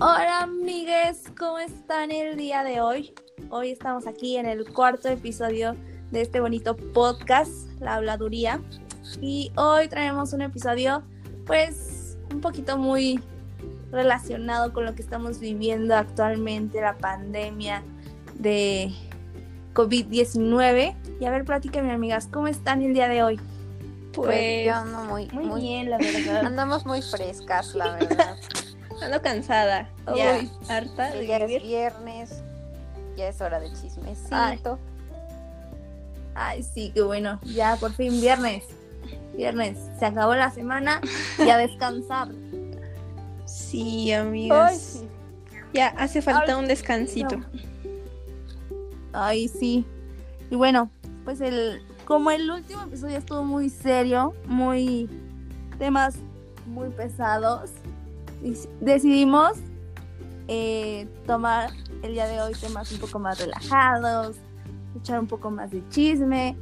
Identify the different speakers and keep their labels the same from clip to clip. Speaker 1: Hola amigues, ¿cómo están el día de hoy? Hoy estamos aquí en el cuarto episodio de este bonito podcast, La Habladuría. Y hoy traemos un episodio pues un poquito muy relacionado con lo que estamos viviendo actualmente, la pandemia de COVID-19. Y a ver, platíquenme amigas, ¿cómo están el día de hoy?
Speaker 2: Pues yo ando muy,
Speaker 3: Muy,
Speaker 2: muy-
Speaker 3: bien, la verdad.
Speaker 2: andamos muy frescas, la verdad.
Speaker 3: Ando cansada. Ya,
Speaker 1: Uy.
Speaker 3: harta de
Speaker 2: ya es
Speaker 3: vivir.
Speaker 2: viernes, ya es hora de chismecito.
Speaker 1: Ay. Ay, sí, qué bueno. Ya por fin viernes. Viernes, se acabó la semana y a descansar.
Speaker 3: Sí,
Speaker 2: Ay,
Speaker 3: amigas.
Speaker 2: sí.
Speaker 3: Ya hace falta
Speaker 1: Ay,
Speaker 3: un descansito.
Speaker 1: Ay, sí. Y bueno, pues el como el último episodio estuvo muy serio, muy temas muy pesados, y s- decidimos eh, tomar el día de hoy temas un poco más relajados, echar un poco más de chisme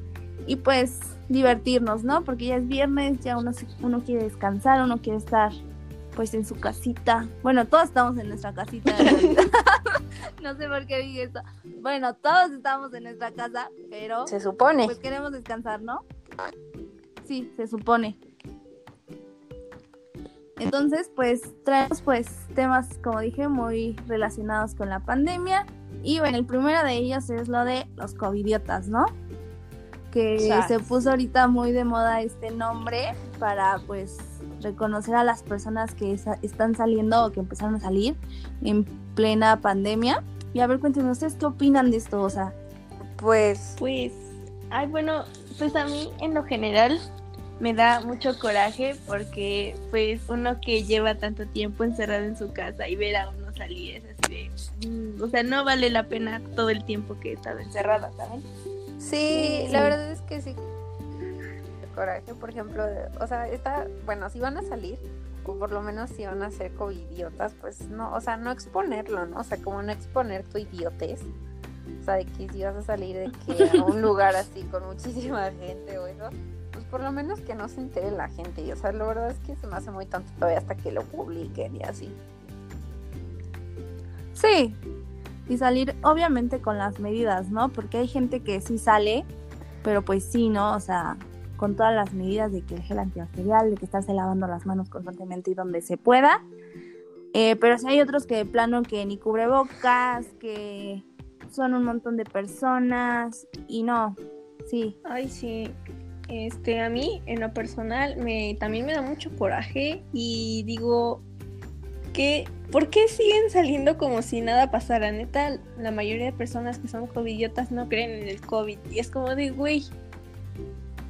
Speaker 1: y pues divertirnos, ¿no? Porque ya es viernes, ya uno, se- uno quiere descansar, uno quiere estar pues en su casita. Bueno, todos estamos en nuestra casita. en realidad. no sé por qué dije eso. Bueno, todos estamos en nuestra casa, pero
Speaker 2: Se supone.
Speaker 1: pues queremos descansar, ¿no? Sí, se supone. Entonces, pues traemos pues temas, como dije, muy relacionados con la pandemia. Y bueno, el primero de ellos es lo de los covidiotas, ¿no? Que
Speaker 2: Sas.
Speaker 1: se puso ahorita muy de moda este nombre para pues reconocer a las personas que sa- están saliendo o que empezaron a salir en plena pandemia. Y a ver, cuéntenme, ¿ustedes qué opinan de esto? O sea,
Speaker 2: Pues
Speaker 3: Pues, ay, bueno, pues a mí en lo general me da mucho coraje porque, pues, uno que lleva tanto tiempo encerrado en su casa y ver a uno salir es así de. mm, O sea, no vale la pena todo el tiempo que he estado encerrada, ¿saben?
Speaker 2: sí,
Speaker 3: Sí.
Speaker 2: la verdad es que sí. Coraje, por ejemplo, de- o sea, está, bueno, si van a salir, o por lo menos si van a ser covidiotas, pues no, o sea, no exponerlo, ¿no? O sea, como no exponer tu idiotez. O sea, de que si vas a salir de que a un lugar así con muchísima gente o eso, pues por lo menos que no se entere la gente. Y, o sea, la verdad es que se me hace muy tonto todavía hasta que lo publiquen y así.
Speaker 1: Sí. Y salir obviamente con las medidas, ¿no? Porque hay gente que sí sale, pero pues sí, ¿no? O sea, con todas las medidas de que el gel antibacterial, de que estarse lavando las manos constantemente y donde se pueda. Eh, pero sí hay otros que de plano que ni cubrebocas, que son un montón de personas y no, sí.
Speaker 3: Ay, sí. Este, a mí, en lo personal, me, también me da mucho coraje y digo que, ¿por qué siguen saliendo como si nada pasara? Neta, la mayoría de personas que son covidiotas no creen en el COVID y es como de, güey,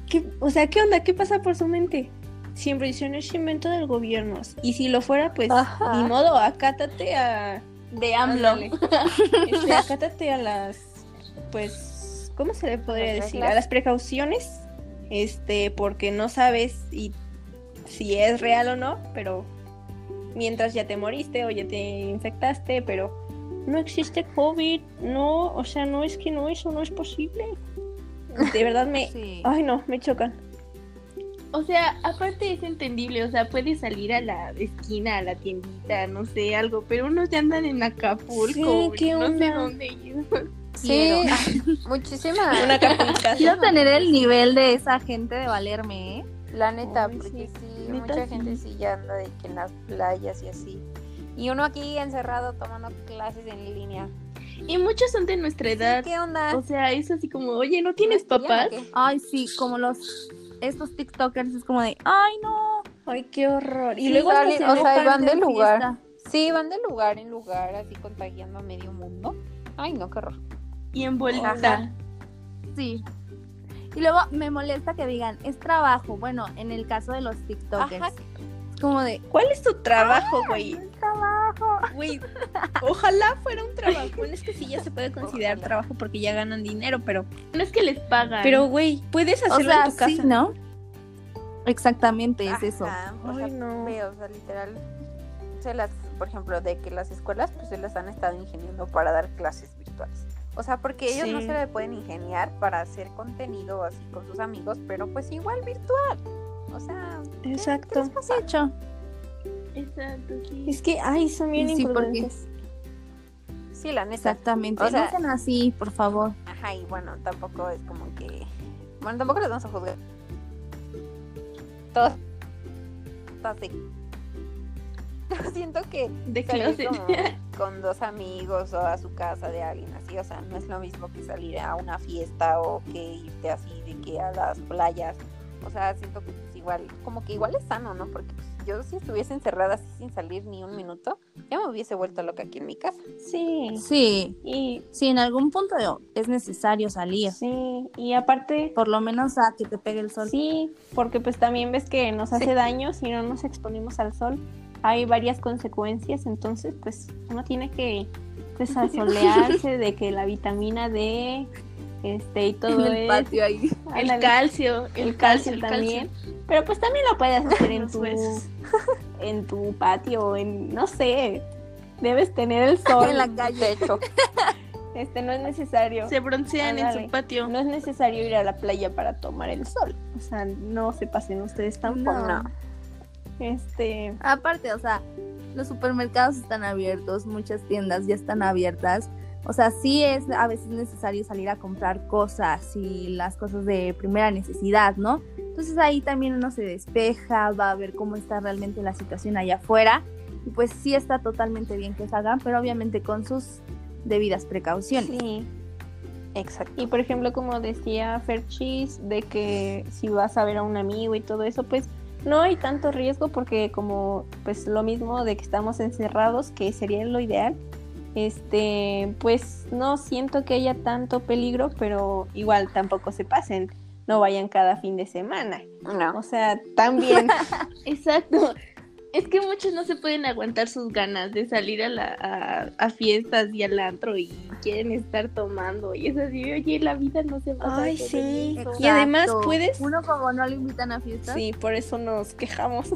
Speaker 3: ¿qué- o sea, ¿qué onda? ¿Qué pasa por su mente? Siempre dicen, es invento del gobierno y si lo fuera, pues,
Speaker 2: Ajá.
Speaker 3: ni modo, acátate a...
Speaker 1: De
Speaker 3: Ándale. Este, acátate a las, pues, ¿cómo se le podría
Speaker 2: Las
Speaker 3: decir?
Speaker 2: reglas.
Speaker 3: A las precauciones, este, porque no sabes y- si es real o no, pero mientras ya te moriste o ya te infectaste, pero no existe COVID, no, o sea, no es que no, eso no es posible. De verdad me...
Speaker 1: Sí.
Speaker 3: Ay, no, me chocan. O sea, aparte es entendible, o sea, puedes salir a la esquina, a la tiendita, no sé, algo, pero unos ya andan en Acapulco,
Speaker 1: Sí, qué
Speaker 3: no sé
Speaker 1: onda.
Speaker 3: dónde ir.
Speaker 2: Sí, muchísima.
Speaker 3: Una
Speaker 1: Quiero tener el nivel de esa gente de valerme, ¿eh?
Speaker 2: La neta,
Speaker 3: Ay,
Speaker 2: porque
Speaker 3: sí.
Speaker 2: sí,
Speaker 3: Neta,
Speaker 2: mucha
Speaker 3: sí.
Speaker 2: gente sí ya anda de que en las playas y así. Y uno aquí encerrado tomando clases en línea.
Speaker 3: Y muchos son de nuestra edad.
Speaker 2: ¿Qué onda?
Speaker 3: O sea, es así como, oye, ¿no tienes papás?
Speaker 2: ¿Estudian o qué?
Speaker 1: Ay, sí, como los estos TikTokers es como de, ay, no.
Speaker 3: Ay, qué horror. Y
Speaker 2: Sí,
Speaker 3: luego
Speaker 2: salen,
Speaker 3: hasta
Speaker 2: o
Speaker 3: se
Speaker 2: sea, y
Speaker 3: enojan.
Speaker 2: van de
Speaker 1: de
Speaker 2: lugar.
Speaker 1: fiesta.
Speaker 2: Sí, van de lugar en lugar, así contagiando a medio mundo. Ay, no, qué horror.
Speaker 3: y en bolita.
Speaker 2: Ajá.
Speaker 1: Sí. Y luego me molesta que digan, es trabajo. Bueno, en el caso de los TikTokers.
Speaker 2: Ajá.
Speaker 1: Es como de,
Speaker 3: ¿Cuál es tu trabajo, güey?
Speaker 1: trabajo.
Speaker 3: Güey, ojalá fuera un trabajo. Bueno, es que sí ya se puede considerar
Speaker 2: Ojalá.
Speaker 3: trabajo porque ya ganan dinero, pero no es que les pagan. Pero güey, puedes
Speaker 1: O
Speaker 3: hacerlo
Speaker 1: sea,
Speaker 3: en tu casa.
Speaker 1: sí, ¿no? Exactamente, es eso.
Speaker 2: Ajá, o sea,
Speaker 3: Ay, no.
Speaker 2: feo, o sea, literal. Se las, por ejemplo, de que las escuelas pues se las han estado ingeniando para dar clases virtuales. O sea, porque ellos no
Speaker 3: Sí.
Speaker 2: se le pueden ingeniar para hacer contenido así con sus amigos, pero pues igual virtual. O sea, ¿qué- qué les
Speaker 3: Exacto.
Speaker 2: pasa?
Speaker 1: Sí, hecho. Exacto.
Speaker 3: Es que, ay, son bien
Speaker 1: Sí, porque-
Speaker 3: imprudentes.
Speaker 2: Sí, la neta.
Speaker 1: Exactamente.
Speaker 2: O sea-
Speaker 1: no sean así, por favor.
Speaker 2: Ajá, y bueno, tampoco es como que. Bueno, tampoco los vamos a juzgar. Todos. todos de- Siento que
Speaker 3: De
Speaker 2: salir
Speaker 3: closet.
Speaker 2: como con dos amigos o a su casa de alguien así, o sea, no es lo mismo que salir a una fiesta o que irte así de que a las playas. O sea, siento que pues, igual, como que igual es sano, ¿no? Porque pues, yo si estuviese encerrada así sin salir ni un minuto, ya me hubiese vuelto loca aquí en mi casa.
Speaker 3: Sí.
Speaker 1: Sí,
Speaker 3: Y,
Speaker 1: sí, en algún punto es necesario salir.
Speaker 3: sí. Y aparte,
Speaker 1: Por lo menos a que te pegue el sol.
Speaker 3: sí, porque pues también ves que nos hace
Speaker 2: Sí.
Speaker 3: daño si no nos exponemos al sol. Hay varias consecuencias, entonces pues uno tiene que pues asolearse de que la vitamina D este y todo eso.
Speaker 1: ahí.
Speaker 4: El
Speaker 3: Ándale.
Speaker 4: calcio, Pues,
Speaker 3: el calcio también. Pero pues también lo puedes hacer en
Speaker 4: Los
Speaker 3: tu
Speaker 4: huesos.
Speaker 3: en tu patio, en no sé. Debes tener el sol.
Speaker 1: En la calle.
Speaker 2: De hecho,
Speaker 3: Este no es necesario.
Speaker 4: Se broncean en
Speaker 3: Ándale.
Speaker 4: su patio.
Speaker 3: No es necesario ir a la playa para tomar el sol. O sea, no se pasen ustedes tampoco.
Speaker 1: No.
Speaker 3: Este,
Speaker 1: Aparte, o sea, los supermercados están abiertos, muchas tiendas ya están abiertas. O sea, sí es a veces necesario salir a comprar cosas y las cosas de primera necesidad, ¿no? Entonces ahí también uno se despeja, va a ver cómo está realmente la situación allá afuera. Y pues sí está totalmente bien que salgan, pero obviamente con sus debidas precauciones.
Speaker 3: sí.
Speaker 2: exacto.
Speaker 3: Y por ejemplo, como decía Ferchis, de que si vas a ver a un amigo y todo eso, pues no hay tanto riesgo porque como pues lo mismo de que estamos encerrados, que sería lo ideal, este, pues no siento que haya tanto peligro, pero igual tampoco se pasen, no vayan cada fin de semana.
Speaker 2: No.
Speaker 3: O sea, también
Speaker 4: Exacto. Es que muchos no se pueden aguantar sus ganas de salir a, la, a, a fiestas y al antro y quieren estar tomando. Y es así, oye, la vida no se va
Speaker 3: Ay, sí.
Speaker 1: Exacto.
Speaker 3: Y además puedes-
Speaker 1: Uno como no lo invitan a fiestas.
Speaker 3: Sí, por eso nos quejamos.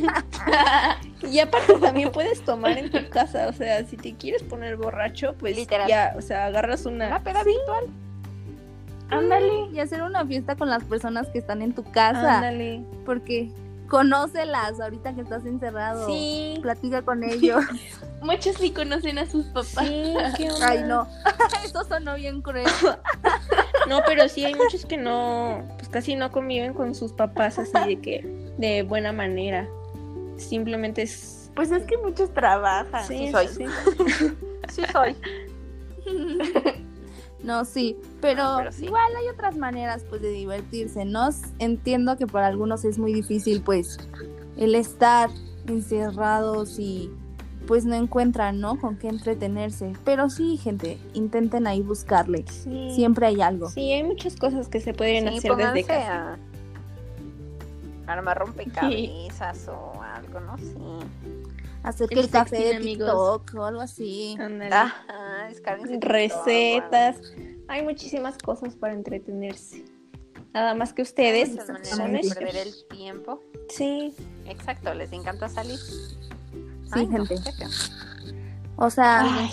Speaker 3: y aparte también puedes tomar en tu casa, o sea, si te quieres poner borracho, pues
Speaker 2: Literal. Ah,
Speaker 3: ya, o sea, agarras una...
Speaker 2: Una peda virtual.
Speaker 1: Ándale. Y hacer una fiesta con las personas que están en tu casa.
Speaker 3: Ándale.
Speaker 1: Porque conócelas ahorita que estás encerrado.
Speaker 3: Sí,
Speaker 1: Platica con ellos.
Speaker 4: Muchos sí conocen a sus papás.
Speaker 3: sí, qué onda.
Speaker 1: Ay, no. Eso sonó bien cruel.
Speaker 3: No, pero sí hay muchos que no, pues casi no conviven con sus papás así de que, de buena manera. Simplemente es...
Speaker 4: Pues es que muchos trabajan.
Speaker 2: Ah, sí soy. Sí soy.
Speaker 1: No, sí. Pero,
Speaker 3: Ah,
Speaker 2: No, pero sí.
Speaker 1: igual hay otras maneras, pues, de divertirse, ¿no? S- Entiendo que para algunos es muy difícil, pues, el estar encerrados y pues no encuentran, ¿no? Con qué entretenerse. Pero sí, gente, intenten ahí buscarle.
Speaker 3: Sí.
Speaker 1: Siempre hay algo.
Speaker 3: Sí, hay muchas cosas que se pueden
Speaker 2: Sí,
Speaker 3: hacer desde
Speaker 2: pónganse
Speaker 3: casa.
Speaker 2: a armar rompecabezas o algo, no sé.
Speaker 1: Hacer que
Speaker 4: El
Speaker 1: el café de
Speaker 4: sexting, amigos.
Speaker 1: TikTok o algo así.
Speaker 3: Ándale.
Speaker 2: Ah, Ajá, descárguense TikTok,
Speaker 3: recetas. Hay muchísimas cosas para entretenerse. Nada más que ustedes
Speaker 2: muchas maneras
Speaker 3: son
Speaker 2: de
Speaker 3: ellos.
Speaker 2: perder el tiempo.
Speaker 3: Sí,
Speaker 2: Exacto, les encanta salir.
Speaker 1: Sí,
Speaker 2: Ay, no,
Speaker 1: gente.
Speaker 2: qué feo.
Speaker 1: O sea,
Speaker 3: Ay.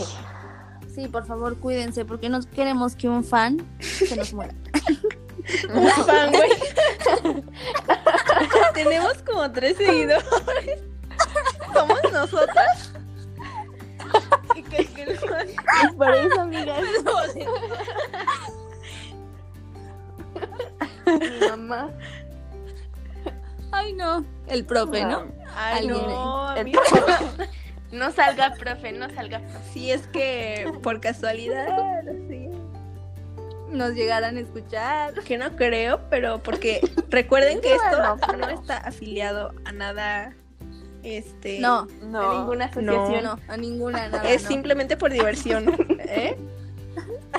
Speaker 1: sí, por favor, cuídense, porque no queremos que un fan se nos muera.
Speaker 3: un fan, güey. Tenemos como tres seguidores. Somos nosotras. y que, que no-
Speaker 4: Por eso, amigas. Mi mamá.
Speaker 1: Ay, no. El profe, ¿no?
Speaker 3: Ay,
Speaker 1: Alguien,
Speaker 3: no,
Speaker 2: el
Speaker 3: amigo.
Speaker 4: No salga, profe, no salga.
Speaker 3: Si es que por casualidad, sí.
Speaker 1: Nos llegarán a escuchar.
Speaker 3: Que no creo, pero porque recuerden que esto
Speaker 2: No,
Speaker 3: no,
Speaker 2: no creo.
Speaker 3: está afiliado a nada. Este.
Speaker 1: Eh, No,
Speaker 2: No.
Speaker 4: Ninguna
Speaker 1: sí,
Speaker 4: asociación.
Speaker 1: no, a ninguna, nada.
Speaker 3: es
Speaker 1: no.
Speaker 3: simplemente por diversión. ¿eh?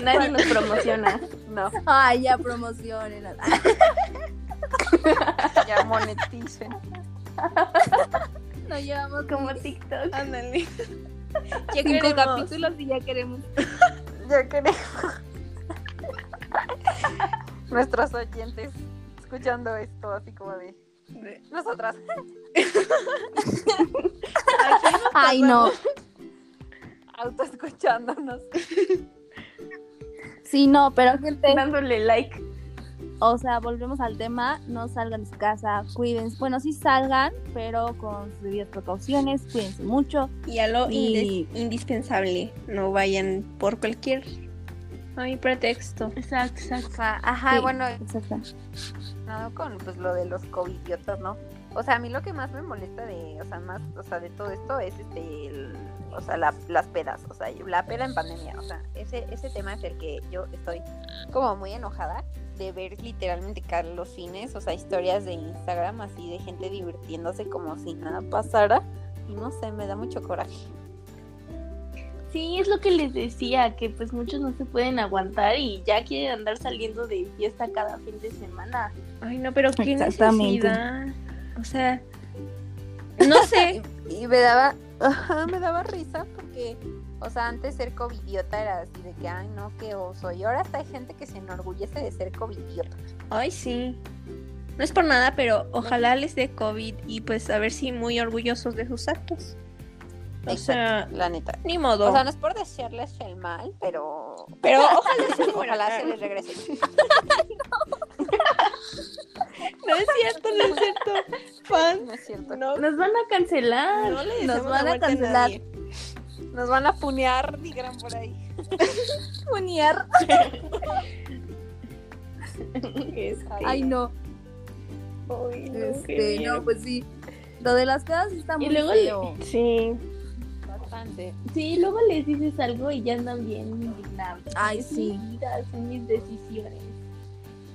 Speaker 4: Nadie nos promociona.
Speaker 2: No,
Speaker 1: Ay, ya promocionen.
Speaker 2: ya moneticen.
Speaker 1: No llevamos
Speaker 4: Como
Speaker 1: ni
Speaker 4: TikTok.
Speaker 3: Ándale.
Speaker 1: cinco
Speaker 3: queremos.
Speaker 1: capítulos y ya queremos.
Speaker 2: Ya queremos. Nuestros oyentes escuchando esto, así como de nosotras.
Speaker 1: Ay, no.
Speaker 2: autoescuchándonos.
Speaker 1: Sí, no, pero gente,
Speaker 4: Dándole like.
Speaker 1: o sea, volvemos al tema, no salgan de su casa, cuídense. Bueno, sí salgan, pero con sus debidas precauciones, cuídense mucho.
Speaker 3: Y a lo
Speaker 1: Y-
Speaker 3: indes- indispensable, no vayan por cualquier ay, pretexto.
Speaker 4: Exacto, exacto.
Speaker 2: O sea, ajá,
Speaker 1: Sí,
Speaker 2: bueno,
Speaker 1: exacto.
Speaker 2: relacionado con pues lo de los covidiotas, ¿no? O sea, a mí lo que más me molesta de, o sea, más, o sea, de todo esto es este el- o sea, la- las pedas, o sea, yo- la peda en pandemia, o sea, ese ese tema es el que yo estoy como muy enojada de ver literalmente Carlos Fines, o sea, historias de Instagram así de gente divirtiéndose como si nada pasara. Y no sé, me da mucho coraje.
Speaker 4: Sí, es lo que les decía, que pues muchos no se pueden aguantar y ya quieren andar saliendo de fiesta cada fin de semana.
Speaker 3: Ay, no, pero qué
Speaker 1: Exactamente.
Speaker 3: necesidad. O sea, no sé.
Speaker 2: Y, y me daba, ajá, me daba risa porque, o sea, antes ser covidiota era así de que, ay, no, qué oso. Y ahora hasta hay gente que se enorgullece de ser covidiota.
Speaker 3: Ay, sí. No es por nada, pero ojalá les dé COVID y pues a ver si muy orgullosos de sus actos. O sea,
Speaker 2: la neta.
Speaker 3: ni modo.
Speaker 2: O sea, no es por desearles el mal, pero
Speaker 3: Pero ojalá se
Speaker 2: ojalá se les regrese.
Speaker 3: No es cierto, no es cierto. Fans,
Speaker 2: No es cierto.
Speaker 3: no,
Speaker 4: Nos van a cancelar.
Speaker 3: no le
Speaker 1: Nos
Speaker 3: deseamos la
Speaker 1: van a
Speaker 3: muerte
Speaker 1: cancelar.
Speaker 3: nadie.
Speaker 2: Nos van a punear, digan por ahí.
Speaker 1: Punear.
Speaker 3: Este,
Speaker 1: Ay, no.
Speaker 3: ay, no, qué
Speaker 1: Este,
Speaker 3: miedo.
Speaker 1: no, pues sí. Lo de las pedas está muy
Speaker 4: Y luego,
Speaker 1: feo.
Speaker 4: le- sí,
Speaker 2: Bastante.
Speaker 4: sí, luego les dices algo y ya andan bien indignados.
Speaker 1: Ay,
Speaker 4: Es
Speaker 1: sí.
Speaker 4: mi vida, son mis decisiones.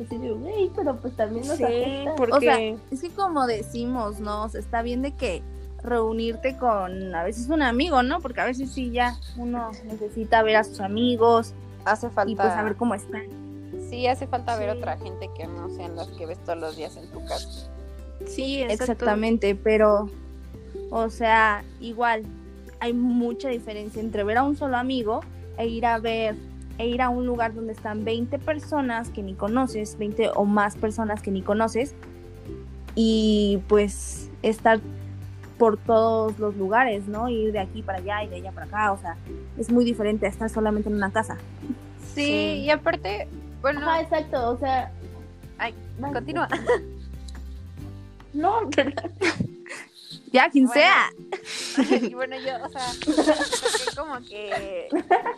Speaker 4: Así de, güey, pero pues también nos
Speaker 3: Sí,
Speaker 4: afecta.
Speaker 3: porque
Speaker 1: O sea, Es que como decimos, ¿no? O sea, está bien de que reunirte con a veces un amigo, ¿no? Porque a veces sí ya uno necesita ver a sus amigos
Speaker 2: Hace falta.
Speaker 1: y pues saber cómo están.
Speaker 2: Sí, hace falta ver
Speaker 3: Sí.
Speaker 2: otra gente que no sean las que ves todos los días en tu casa.
Speaker 3: sí, exacto.
Speaker 1: Exactamente, pero o sea, igual hay mucha diferencia entre ver a un solo amigo e ir a ver e ir a un lugar donde están 20 personas que ni conoces, 20 o más personas que ni conoces y pues estar por todos los lugares, ¿no? Ir de aquí para allá y de allá para acá, o sea, es muy diferente a estar solamente en una casa.
Speaker 2: Sí,
Speaker 4: Sí.
Speaker 2: y aparte, bueno,
Speaker 4: Ajá, exacto, o sea...
Speaker 2: Ay,
Speaker 4: vas-
Speaker 2: continúa.
Speaker 4: No, pero
Speaker 1: Ya, quien
Speaker 2: Bueno.
Speaker 1: sea.
Speaker 2: Y bueno, yo, o sea, creo que como que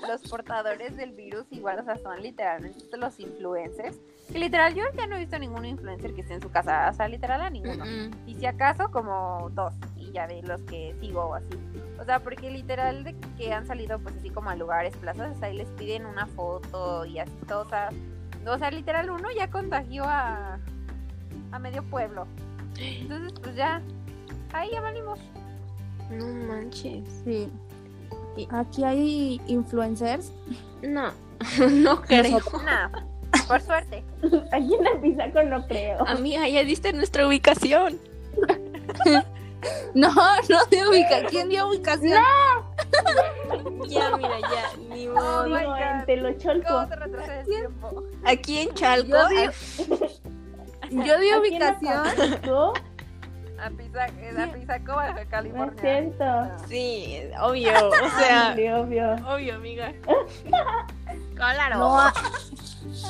Speaker 2: los portadores del virus igual, o sea, son literalmente los influencers. Que literal, yo ya no he visto ningún influencer que esté en su casa, o sea, literal a ninguno.
Speaker 3: Mm,
Speaker 2: Y si acaso, como dos, y ya de los que sigo o así. O sea, porque literal de que han salido pues así como a lugares, plazas, o sea, y les piden una foto y así todo, o sea, o sea, literal uno ya contagió a, a medio pueblo. Entonces, pues ya, ahí ya valimos.
Speaker 3: No manches.
Speaker 1: Sí. Aquí hay influencers.
Speaker 3: No, no creo.
Speaker 2: Nah, por suerte.
Speaker 4: aquí en el pisaco no creo.
Speaker 3: A mí ya diste nuestra ubicación.
Speaker 1: No, no de ubicación. ¿Quién dio ubicación?
Speaker 3: Ya, mira, ya, ni
Speaker 2: Oh
Speaker 3: modo.
Speaker 2: my
Speaker 4: Digo,
Speaker 2: God.
Speaker 4: en Telocholco.
Speaker 2: ¿Cómo se retrasa el tiempo?
Speaker 3: Aquí en Chalco,
Speaker 1: Yo digo-
Speaker 3: aquí-
Speaker 1: Yo di
Speaker 4: Aquí en
Speaker 1: ubicación.
Speaker 4: Acapulco,
Speaker 2: A Pisa, eh, a Pisaco, Baja
Speaker 4: No es
Speaker 2: California.
Speaker 4: cierto.
Speaker 2: Ah.
Speaker 3: sí, obvio, o sea,
Speaker 4: Hombre, obvio.
Speaker 3: obvio, amiga.
Speaker 2: Claro,
Speaker 1: No, a-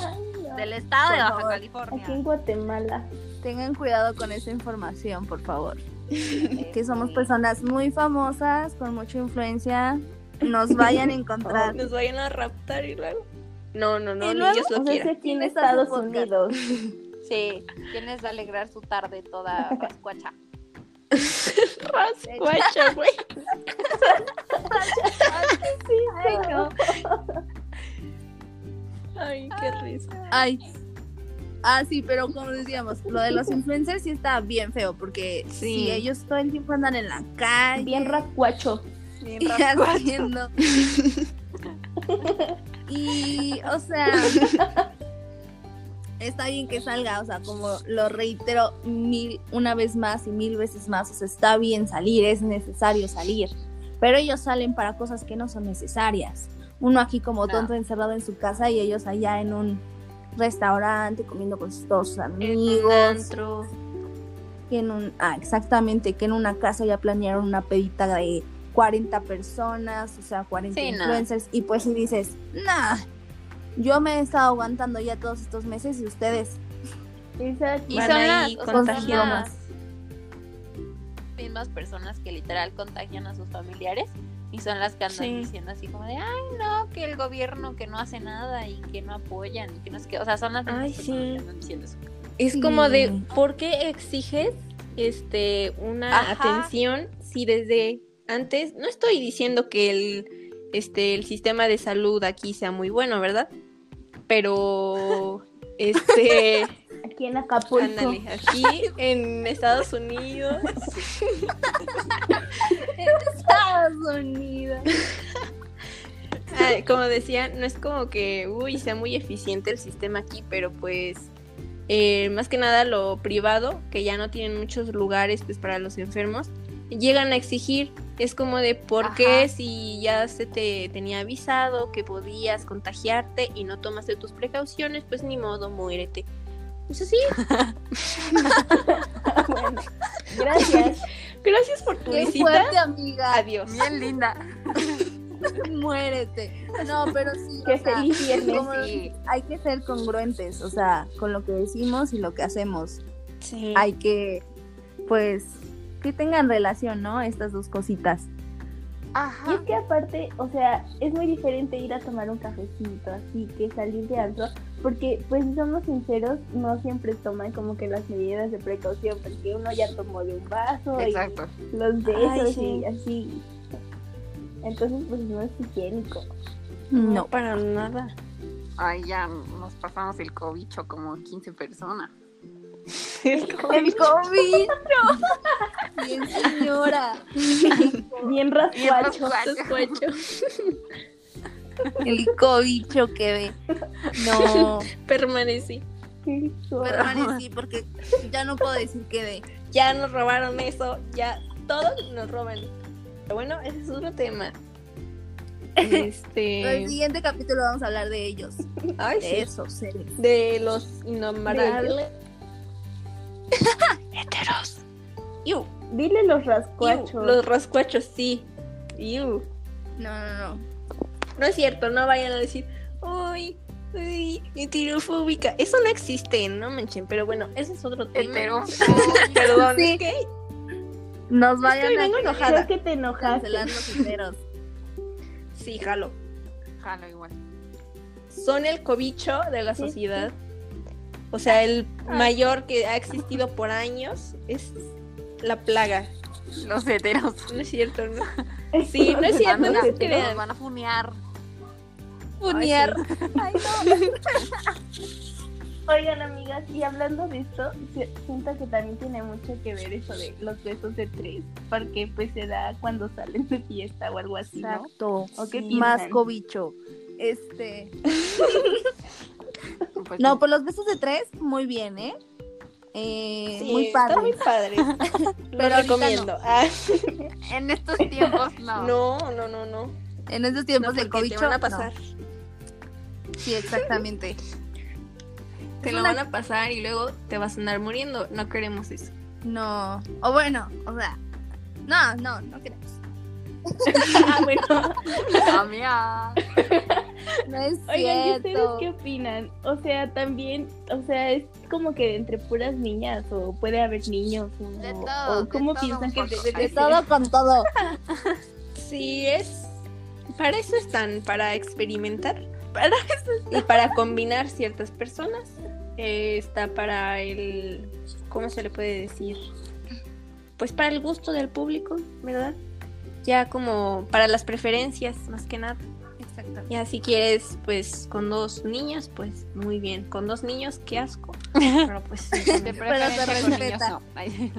Speaker 4: Ay, no.
Speaker 2: del estado de
Speaker 1: Por
Speaker 2: Baja
Speaker 1: favor.
Speaker 4: Aquí
Speaker 2: California.
Speaker 4: en Guatemala.
Speaker 1: tengan cuidado con esa información, por favor. Que
Speaker 2: Este,
Speaker 1: somos personas muy famosas, con mucha influencia. Nos vayan a encontrar.
Speaker 3: Nos vayan a raptar y luego. No, no, no,
Speaker 1: ¿Y
Speaker 3: ni
Speaker 1: luego?
Speaker 3: ellos lo
Speaker 4: O sea, es
Speaker 3: quieren.
Speaker 4: aquí en
Speaker 1: ¿Quién está en su
Speaker 4: Estados
Speaker 1: podcast?
Speaker 4: Unidos.
Speaker 2: Sí, tienes de alegrar su tarde toda rascuacha.
Speaker 3: Rascuacha, güey.
Speaker 1: Ay, no.
Speaker 3: Ay, qué risa.
Speaker 1: Ay. Ah, sí, pero como decíamos, lo de los influencers sí está bien feo, porque
Speaker 3: Sí.
Speaker 1: si ellos todo el tiempo andan en la calle.
Speaker 4: Bien rascuacho.
Speaker 1: y haciendo. y, o sea, está bien que salga, o sea, como lo reitero mil, una vez más y mil veces más, o sea, está bien salir, es necesario salir, pero ellos salen para cosas que no son necesarias. Uno aquí como
Speaker 2: No.
Speaker 1: tonto encerrado en su casa y ellos allá en un restaurante comiendo con sus- todos sus amigos que en un, ah, exactamente, que en una casa ya planearon una pedita de 40 personas, o sea, 40
Speaker 2: Sí, no.
Speaker 1: influencers, y pues si dices, nah, yo me he estado aguantando ya todos estos meses y ustedes,
Speaker 4: Exacto.
Speaker 2: Y
Speaker 4: Van
Speaker 2: son
Speaker 4: ahí
Speaker 2: las, o sea, son
Speaker 1: contagiosas.
Speaker 2: las mismas personas que literal contagian a sus familiares y son las que andan
Speaker 4: Sí.
Speaker 2: diciendo así como de, ay, no, que el gobierno que no hace nada y que no apoyan y que no es que, o sea, son las mismas
Speaker 3: Ay,
Speaker 2: personas
Speaker 3: sí.
Speaker 2: que andan diciendo eso.
Speaker 3: Es como de,
Speaker 1: Sí.
Speaker 3: ¿por qué exiges este una
Speaker 2: Ajá.
Speaker 3: atención si desde antes no estoy diciendo que el este el sistema de salud aquí sea muy bueno, ¿verdad? Pero este
Speaker 4: Aquí en Acapulco.
Speaker 3: ándale, aquí en Estados Unidos
Speaker 4: Estados Unidos.
Speaker 3: Ah, como decía, no es como que, uy, sea muy eficiente el sistema aquí, pero pues eh, más que nada lo privado, que ya no tienen muchos lugares pues para los enfermos, llegan a exigir, es como de por qué
Speaker 2: Ajá.
Speaker 3: si ya se te tenía avisado que podías contagiarte y no tomaste tus precauciones, pues ni modo, muérete. Eso sí,
Speaker 4: Bueno, gracias.
Speaker 3: gracias por tu
Speaker 1: Qué
Speaker 3: visita.
Speaker 1: fuerte, amiga.
Speaker 3: Adiós.
Speaker 2: Bien linda.
Speaker 1: Muérete. No, pero sí.
Speaker 4: Qué
Speaker 1: o sea,
Speaker 4: feliz viernes.
Speaker 1: como- hay que ser congruentes, o sea, con lo que decimos y lo que hacemos.
Speaker 3: Sí.
Speaker 1: Hay que, pues, que tengan relación, ¿no? Estas dos cositas.
Speaker 4: Y es
Speaker 2: Ajá.
Speaker 4: que aparte, o sea, es muy diferente ir a tomar un cafecito así que salir de algo, porque pues si somos sinceros, no siempre toman como que las medidas de precaución, porque uno ya tomó de un vaso
Speaker 2: Exacto.
Speaker 4: y los besos
Speaker 3: Ay, sí.
Speaker 4: y así. Entonces pues no es higiénico.
Speaker 1: No.
Speaker 3: para nada.
Speaker 2: Ay, ya nos pasamos el cobicho como 15 personas.
Speaker 1: El COVID. Bien, señora.
Speaker 4: Bien rascuacho.
Speaker 1: El cobicho que ve. No,
Speaker 3: Permanecí.
Speaker 4: Qué cosa.
Speaker 1: permanecí porque ya no puedo decir que ve.
Speaker 3: Ya nos robaron eso, ya todos nos roban. Pero bueno, ese es otro tema.
Speaker 1: Pero el
Speaker 3: Este.
Speaker 1: siguiente capítulo vamos a hablar de ellos.
Speaker 3: Ay, sí.
Speaker 1: De esos seres.
Speaker 3: De los innombrables. Iu,
Speaker 4: Dile los
Speaker 3: iu,
Speaker 4: rascuachos.
Speaker 3: Los rascuachos, sí. Iu.
Speaker 1: No, no, no.
Speaker 3: No es cierto, no vayan a decir, uy, uy, heterofóbica. Eso no existe, no manchen. Pero bueno, ese es otro tema. Perdón,
Speaker 1: Sí.
Speaker 3: es que
Speaker 1: Nos vayan
Speaker 3: estoy vengo
Speaker 1: a
Speaker 3: enojada.
Speaker 4: Creo que te enojaste.
Speaker 1: cancelar los enteros.
Speaker 3: Sí, jalo.
Speaker 2: Jalo igual.
Speaker 3: son el cobicho de la
Speaker 4: Sí,
Speaker 3: sociedad. O sea, el mayor que ha existido por años es la plaga.
Speaker 2: Los heteros.
Speaker 3: No es cierto, ¿no? Sí, no es cierto,
Speaker 2: Van
Speaker 3: no
Speaker 2: a-
Speaker 3: se
Speaker 2: Nos
Speaker 3: crean.
Speaker 2: van a funear.
Speaker 1: Punear.
Speaker 4: Ay, no. Oigan, amigas, y hablando de esto, si- siento que también tiene mucho que ver eso de los besos de tres, porque pues se da cuando salen de fiesta o algo así, ¿no?
Speaker 1: Exacto.
Speaker 4: ¿O qué
Speaker 1: Sí, Más
Speaker 4: piensan?
Speaker 1: cobicho. Este.
Speaker 2: Pues,
Speaker 1: No, pues los besos de tres, muy bien, ¿eh? Eh,
Speaker 3: Sí,
Speaker 1: muy
Speaker 3: está
Speaker 1: padre.
Speaker 3: muy padre. Lo
Speaker 1: ahorita
Speaker 3: recomiendo. Ah,
Speaker 2: En estos tiempos no.
Speaker 3: no, no, no, no.
Speaker 1: En estos
Speaker 3: No,
Speaker 1: tiempos
Speaker 3: porque
Speaker 1: de COVID.
Speaker 3: te van a pasar.
Speaker 1: Sí, exactamente.
Speaker 3: Te
Speaker 1: Es
Speaker 3: lo
Speaker 1: una-
Speaker 3: van a pasar y luego te vas a andar muriendo. No queremos eso.
Speaker 1: No. O bueno, o sea. No, no, no queremos.
Speaker 3: ah, bueno.
Speaker 2: Amiga.
Speaker 1: No es
Speaker 4: Oigan, ¿y ustedes
Speaker 1: cierto.
Speaker 4: qué opinan? O sea, también, o sea, es como que entre puras niñas, o puede haber niños, o,
Speaker 2: De todo,
Speaker 4: o ¿cómo
Speaker 2: de todo
Speaker 4: piensan
Speaker 2: un
Speaker 4: que
Speaker 2: poco.
Speaker 4: debe
Speaker 1: De
Speaker 4: de ser?
Speaker 1: todo con todo.
Speaker 3: Sí, es. Para eso están, para experimentar. Para eso están. Y para combinar ciertas personas. Eh, está para el. ¿Cómo se le puede decir? Pues para el gusto del público, ¿verdad? Ya como para las preferencias, más que nada.
Speaker 1: Exactamente.
Speaker 3: Ya si quieres, pues con dos niñas, pues muy bien. Con dos niños, qué asco. Pero pues. sí,
Speaker 2: De
Speaker 3: también.
Speaker 2: preferencia
Speaker 1: se
Speaker 2: con
Speaker 1: respeta.
Speaker 2: niños no. Ay,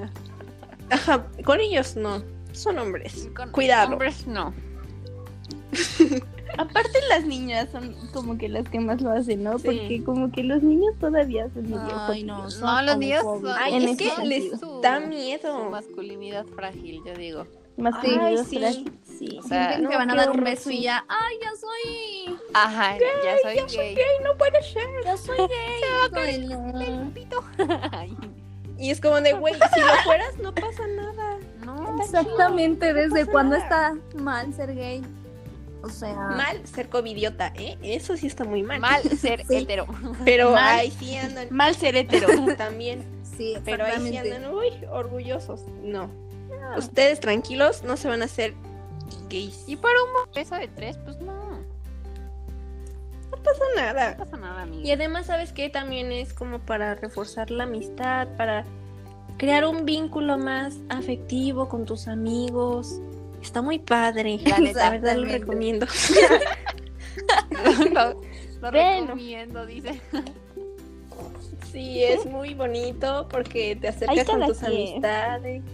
Speaker 3: Ajá, con ellos no. Son hombres.
Speaker 2: con
Speaker 3: Cuidado.
Speaker 2: Hombres no.
Speaker 4: Aparte las niñas son como que las que más lo hacen, ¿no?
Speaker 3: Sí.
Speaker 4: Porque como que los niños todavía son medio
Speaker 1: Ay, no. son
Speaker 2: No, los niños
Speaker 1: homofóbicos.
Speaker 2: son-
Speaker 3: Ay,
Speaker 4: En
Speaker 3: es que
Speaker 4: ese
Speaker 3: les
Speaker 2: sentido.
Speaker 3: da miedo.
Speaker 2: Su masculinidad frágil, yo digo.
Speaker 4: más
Speaker 3: Ay,
Speaker 4: tímidos,
Speaker 3: sí,
Speaker 4: frágiles.
Speaker 3: sí.
Speaker 2: O sea,
Speaker 1: Sienten que
Speaker 3: no,
Speaker 1: van a
Speaker 3: qué
Speaker 1: dar un
Speaker 3: horror,
Speaker 1: beso
Speaker 3: sí.
Speaker 1: y ya. Ay, ya soy.
Speaker 2: ajá, ya soy gay.
Speaker 3: no puede ser.
Speaker 1: Ya soy gay. Ay, no.
Speaker 2: Ay,
Speaker 3: Y es como de, güey, si lo fueras no pasa nada.
Speaker 2: no.
Speaker 1: Exactamente, ¿desde
Speaker 3: pasa
Speaker 1: cuándo está
Speaker 3: nada.
Speaker 1: mal ser gay? O sea,
Speaker 3: Mal ser covidiota, ¿eh? Eso sí está muy mal.
Speaker 2: Mal ser
Speaker 1: Sí.
Speaker 2: hetero.
Speaker 3: Pero
Speaker 1: Mal.
Speaker 3: ahí sí andan
Speaker 1: mal ser hetero.
Speaker 3: también.
Speaker 1: sí,
Speaker 3: Pero ahí sí
Speaker 1: exactamente.
Speaker 3: andan, uy, orgullosos. No. Ustedes tranquilos, no se van a hacer gays.
Speaker 2: Y para un peso de tres, pues no, no
Speaker 3: pasa pues nada.
Speaker 2: pasa nada,
Speaker 3: Y
Speaker 2: amiga.
Speaker 3: además, ¿sabes qué? También es como para reforzar la amistad, para crear un vínculo más afectivo con tus amigos. Está muy padre.
Speaker 2: La neta,
Speaker 3: verdad lo
Speaker 1: totalmente.
Speaker 3: recomiendo.
Speaker 2: lo lo
Speaker 3: Bueno.
Speaker 2: recomiendo, dice.
Speaker 3: Sí, es muy bonito porque te acercas
Speaker 4: Ahí
Speaker 3: con
Speaker 4: cada
Speaker 3: tus
Speaker 4: quien.
Speaker 3: amistades.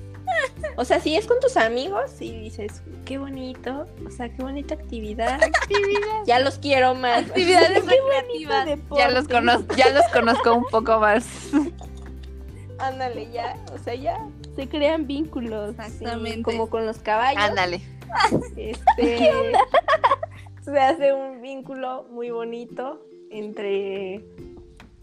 Speaker 3: O sea, si es con tus amigos y dices, qué bonito, o sea, qué bonita actividad. Ya los quiero más.
Speaker 2: Actividades recreativas. Ya los, conozco, ya los conozco un poco más.
Speaker 3: Ándale, ya, o sea, ya.
Speaker 4: Se crean vínculos.
Speaker 1: Exactamente.
Speaker 3: Como con los caballos.
Speaker 2: Ándale.
Speaker 3: Este, Se hace un vínculo muy bonito entre.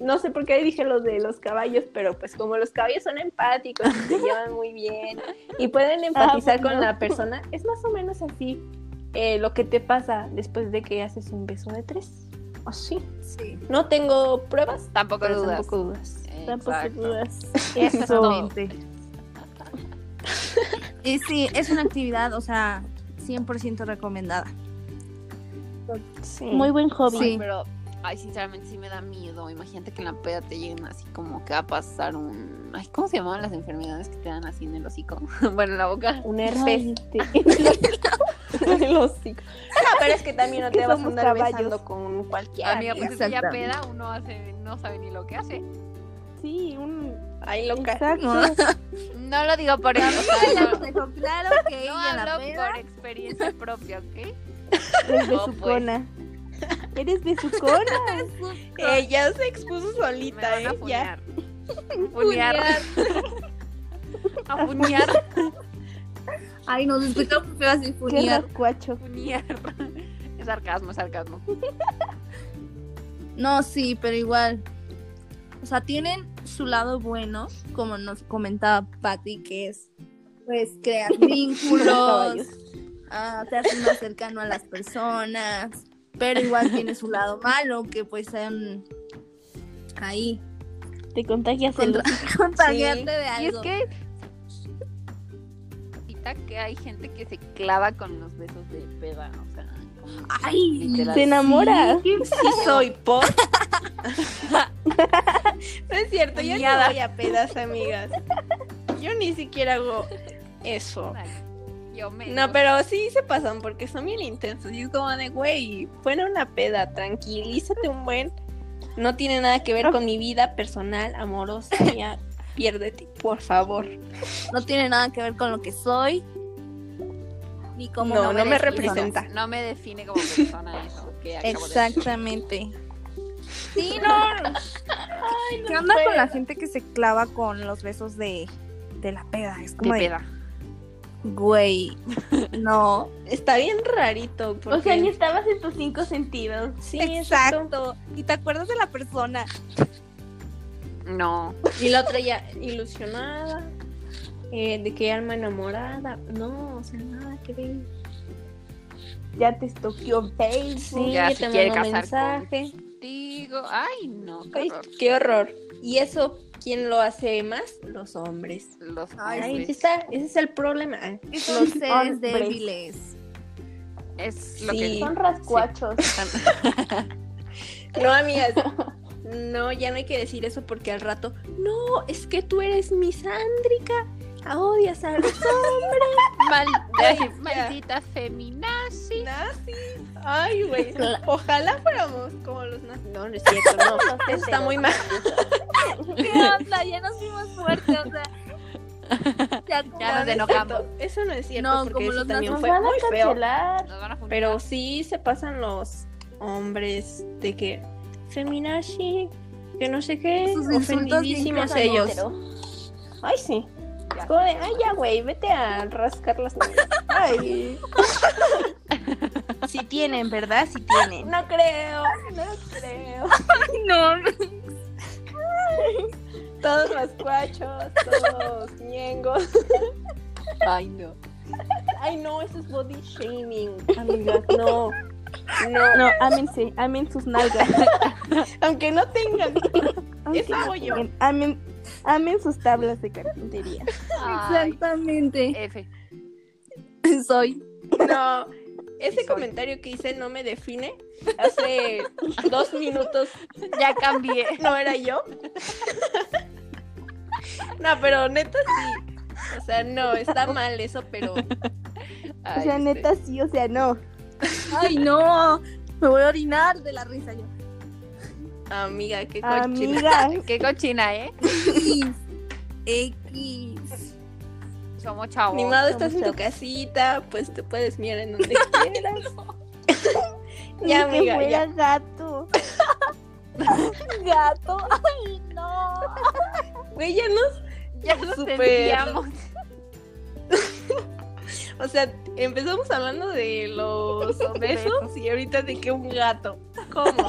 Speaker 3: No sé por qué dije lo de los caballos, pero pues como los caballos son empáticos, y se llevan muy bien y pueden empatizar con
Speaker 4: Ah, bueno.
Speaker 3: la persona, es más o menos así eh, lo que te pasa después de que haces un beso de tres. Así.
Speaker 1: Sí.
Speaker 3: No tengo pruebas,
Speaker 2: Tampoco
Speaker 3: pero
Speaker 2: dudas.
Speaker 3: tampoco dudas.
Speaker 4: Tampoco
Speaker 2: Exacto.
Speaker 4: dudas.
Speaker 2: Eso es todo.
Speaker 1: Y sí, es una actividad, o sea, 100% recomendada.
Speaker 3: Sí.
Speaker 4: Muy buen hobby.
Speaker 1: Sí.
Speaker 2: Pero, ay, sinceramente sí me da miedo. Imagínate que en la peda te lleguen así como que va a pasar un. Ay, ¿cómo se llamaban las enfermedades que te dan así en el hocico? bueno, en la boca.
Speaker 3: un herpes.
Speaker 4: Ay, este. Los cinco.
Speaker 3: No, Ah, pero es que también no
Speaker 4: que
Speaker 3: te vas a
Speaker 4: somos
Speaker 3: andar
Speaker 4: caballos. Ah,
Speaker 3: besando con cualquiera.
Speaker 2: Amiga, pues es que ya
Speaker 1: exactamente.
Speaker 2: peda, uno hace, no sabe ni lo que hace.
Speaker 4: Sí, un.
Speaker 3: Ay, loca.
Speaker 4: pues, Exacto.
Speaker 2: No lo digo por eso.
Speaker 1: Ya nos dejó claro que
Speaker 2: No
Speaker 1: ella en la
Speaker 2: hablo
Speaker 1: peda
Speaker 2: por experiencia propia, ¿ok?
Speaker 4: Eres
Speaker 2: No, pues.
Speaker 4: besucona. Eres besucona.
Speaker 3: Ella se expuso
Speaker 2: Me
Speaker 3: solita,
Speaker 2: van a
Speaker 3: ¿eh? Ya.
Speaker 2: funear. Funear. A funear.
Speaker 1: Ay, nos explicamos feo así
Speaker 4: Qué
Speaker 1: funear.
Speaker 4: rascuacho.
Speaker 2: Funear. Es sarcasmo, es sarcasmo.
Speaker 1: No, sí, pero igual. O sea, tienen su lado bueno, como nos comentaba Patty, que es pues crear vínculos,
Speaker 4: Caballos.
Speaker 1: ah, te hace más cercano a las personas, pero igual tiene su lado malo, que pues sean ahí
Speaker 4: Te contagias el
Speaker 1: contra- contagiarte de
Speaker 2: Y es
Speaker 1: algo.
Speaker 2: que. Ahorita que hay gente que se clava con los besos de peda, o sea. como-
Speaker 1: Ay,
Speaker 2: literal.
Speaker 4: Se enamora.
Speaker 3: Sí soy por. no es cierto, yo no
Speaker 1: Cuñada.
Speaker 3: voy a pedas, amigas. Yo ni siquiera hago eso.
Speaker 2: Yo me.
Speaker 3: No, pero sí se pasan porque son bien intensos. Y es como de, güey, fue una peda, tranquilízate un buen. No tiene nada que ver con mi vida personal, amorosa. Ya, piérdete, por favor.
Speaker 1: No tiene nada que ver con lo que soy. Ni como
Speaker 3: No, no me
Speaker 1: defino.
Speaker 3: representa.
Speaker 2: No me define como persona eso. Que acabo de decir.
Speaker 1: Exactamente. Sí, no. ¿Qué onda con la gente que se clava con los besos de, de la peda? Es
Speaker 2: De
Speaker 1: como de,
Speaker 2: peda.
Speaker 1: güey, no.
Speaker 3: Está bien rarito. Porque...
Speaker 4: O sea, ni estabas en tus cinco sentidos.
Speaker 3: Sí, exacto.
Speaker 1: Exacto. Y te acuerdas de la persona.
Speaker 2: No.
Speaker 3: Y la otra ya ilusionada, eh, de que alma enamorada. No, o sea, nada que ver.
Speaker 4: Ya te estoqueó Facebook.
Speaker 3: Sí,
Speaker 2: Ya
Speaker 3: yo
Speaker 2: se
Speaker 3: te
Speaker 2: quiere
Speaker 3: mando
Speaker 2: casar con-
Speaker 3: mensaje.
Speaker 2: Digo. Ay, no. Qué
Speaker 3: Ay,
Speaker 2: horror.
Speaker 3: qué horror. Y eso, ¿quién lo hace más? Los hombres.
Speaker 2: Los
Speaker 1: Ay,
Speaker 3: Ay,
Speaker 2: hombres.
Speaker 3: sí está, ese es el problema. Ay,
Speaker 1: Que son seres
Speaker 4: hombres.
Speaker 1: débiles.
Speaker 2: Es lo
Speaker 3: Sí.
Speaker 2: que
Speaker 4: Son rascuachos.
Speaker 3: No, amigas. No, ya no hay que decir eso porque al rato, no, es que tú eres misándrica, ah, odias a los
Speaker 2: Mal- ay,
Speaker 3: ya.
Speaker 2: maldita feminazi.
Speaker 3: nazis. Ay, güey. Ojalá fuéramos como los nazis. No, no es cierto, no. Eso está muy mal.
Speaker 1: ¿Qué onda? Ya nos vimos fuertes, o sea. Ya, como-
Speaker 2: Ya nos
Speaker 3: No, no es
Speaker 2: enojamos.
Speaker 3: cierto, Eso no es cierto,
Speaker 1: No,
Speaker 3: porque
Speaker 1: como
Speaker 3: eso
Speaker 1: los
Speaker 3: también
Speaker 4: Nos
Speaker 3: fue
Speaker 4: van a
Speaker 3: muy feo.
Speaker 4: cancelar.
Speaker 2: Nos van a funar.
Speaker 3: Pero sí se pasan los hombres de que feminazi, que no sé qué,
Speaker 1: Sus insultos bien
Speaker 3: ofendidísimos
Speaker 1: cagados,
Speaker 3: ellos. Ay, sí. Es como de, ay, ya, güey, vete a rascar las nalgas". Ay,
Speaker 4: Si tienen, ¿verdad? Si tienen.
Speaker 3: no creo, no creo.
Speaker 1: No,
Speaker 3: Todos los cuachos, todos ñengos.
Speaker 2: Ay, no.
Speaker 3: Ay, no, eso es body shaming, amigas, no. No,
Speaker 5: No, ámense, amen sus nalgas.
Speaker 3: aunque no tengan.
Speaker 5: Aunque
Speaker 3: Eso
Speaker 5: no
Speaker 3: hago yo.
Speaker 5: tengan, Amen, amen sus tablas de carpintería.
Speaker 2: Ay,
Speaker 1: Exactamente.
Speaker 2: F.
Speaker 1: Soy.
Speaker 3: No, ese
Speaker 2: Sí soy.
Speaker 3: comentario que hice no me define. Hace dos minutos
Speaker 2: Ya cambié.
Speaker 3: no era yo. No, pero neta sí. O sea, no, está mal eso, pero.
Speaker 5: O
Speaker 2: Ay,
Speaker 5: sea,
Speaker 2: este,
Speaker 5: neta sí, o sea, no.
Speaker 1: Ay, no. Me voy a orinar de la risa yo.
Speaker 3: Amiga, qué cochina.
Speaker 5: Amiga,
Speaker 2: Qué cochina, ¿eh?
Speaker 1: X. X.
Speaker 2: Somos chavos.
Speaker 3: Ni modo, estás en tu casita, pues te puedes mirar en donde quieras.
Speaker 5: ni
Speaker 3: Ya,
Speaker 5: que
Speaker 3: amiga,
Speaker 5: fuera
Speaker 3: ya.
Speaker 5: gato.
Speaker 1: Gato. Ay, no.
Speaker 3: Güey, ya nos.
Speaker 2: Ya nos
Speaker 3: Súper.
Speaker 2: sentíamos.
Speaker 3: O sea, empezamos hablando de los besos y ahorita de que un gato. ¿Cómo?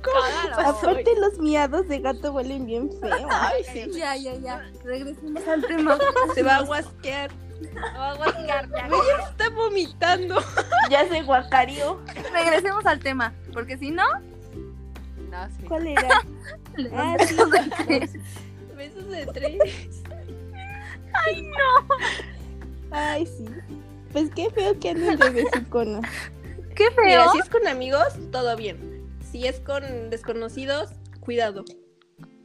Speaker 2: Cagado.
Speaker 5: Aparte, los miados de gato huelen bien feo.
Speaker 3: Ay, sí.
Speaker 1: Ya, ya, ya. Regresemos al tema.
Speaker 3: Se va a guasquear.
Speaker 2: Me voy a guascar ya.
Speaker 3: Güey, ya se está vomitando.
Speaker 4: Ya se guacario.
Speaker 1: Regresemos al tema. Porque si no.
Speaker 2: No, sí.
Speaker 5: ¿Cuál era?
Speaker 1: le-
Speaker 5: Ah, sí,
Speaker 3: Besos de tres.
Speaker 5: Ay, sí. Pues qué feo que anden de besucona.
Speaker 1: Qué feo.
Speaker 3: Mira, si es con amigos, todo bien. Si es con desconocidos, cuidado.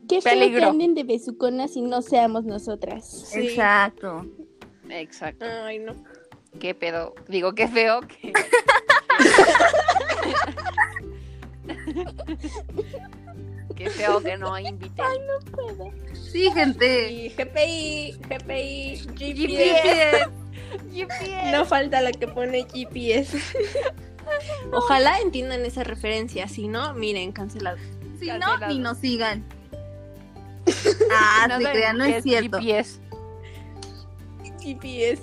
Speaker 5: Qué feo que
Speaker 2: Peligro.
Speaker 5: anden de besucona si no seamos nosotras.
Speaker 3: Sí.
Speaker 1: Exacto.
Speaker 2: Exacto.
Speaker 3: Ay, no.
Speaker 2: Qué pedo. Digo, qué feo que. qué feo que no inviten.
Speaker 1: Sí, gente.
Speaker 3: Y GPI, GPI, GPS.
Speaker 1: GPS.
Speaker 3: No falta la que pone GPS. Ojalá entiendan esa referencia. Si no, miren, cancelado.
Speaker 1: Si no,
Speaker 2: Cancelado.
Speaker 1: ni nos sigan. Ah,
Speaker 2: No
Speaker 1: se
Speaker 2: sé,
Speaker 1: crean, no es cierto.
Speaker 2: GPS.
Speaker 3: GPS.